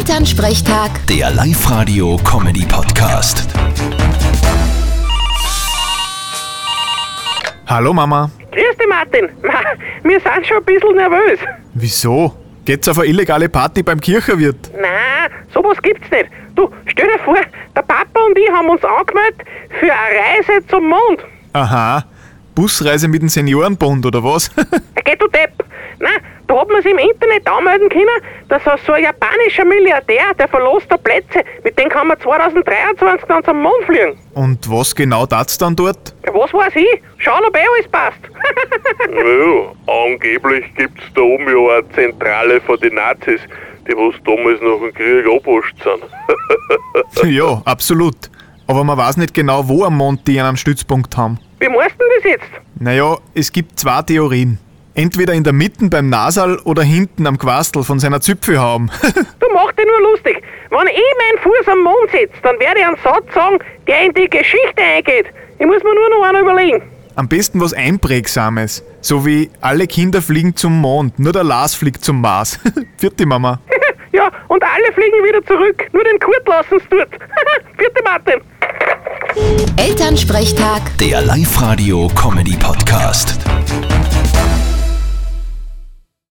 Elternsprechtag, Der Live-Radio-Comedy-Podcast. Hallo Mama. Grüß dich, Martin. Ma, Wir sind schon ein bisschen nervös. Wieso? Geht's auf eine illegale Party beim Kircherwirt? Nein, sowas gibt's nicht. Du, stell dir vor, der Papa und ich haben uns angemeldet für eine Reise zum Mond. Aha. Busreise mit dem Seniorenbund oder was? Geht du Depp. Nein, da hat man sich im Internet anmelden können, dass so ein japanischer Milliardär, der verlost der Plätze, mit dem kann man 2023 dann zum Mond fliegen. Und was genau tat's dann dort? Ja, Was weiß ich? Schauen, ob eh alles passt. Naja, angeblich gibt's da oben ja eine Zentrale von den Nazis, die was damals nach dem Krieg abwascht sind. ja, absolut. Aber man weiß nicht genau, wo am Mond die einen Stützpunkt haben. Wie meinst du denn das jetzt? Naja, es gibt zwei Theorien. Entweder in der Mitte beim Nasal oder hinten am Quastel von seiner Zipfelhaube. Du machst dich nur lustig. Wenn ich meinen Fuß am Mond setze, dann werde ich einen Satz sagen, der in die Geschichte eingeht. Ich muss mir nur noch einen überlegen. am besten was Einprägsames. So wie alle Kinder fliegen zum Mond, nur der Lars fliegt zum Mars. Vierte Mama. ja, und alle fliegen wieder zurück. Nur den Kurt lassen es dort. Vierte Martin. Elternsprechtag. Der Live-Radio-Comedy-Podcast.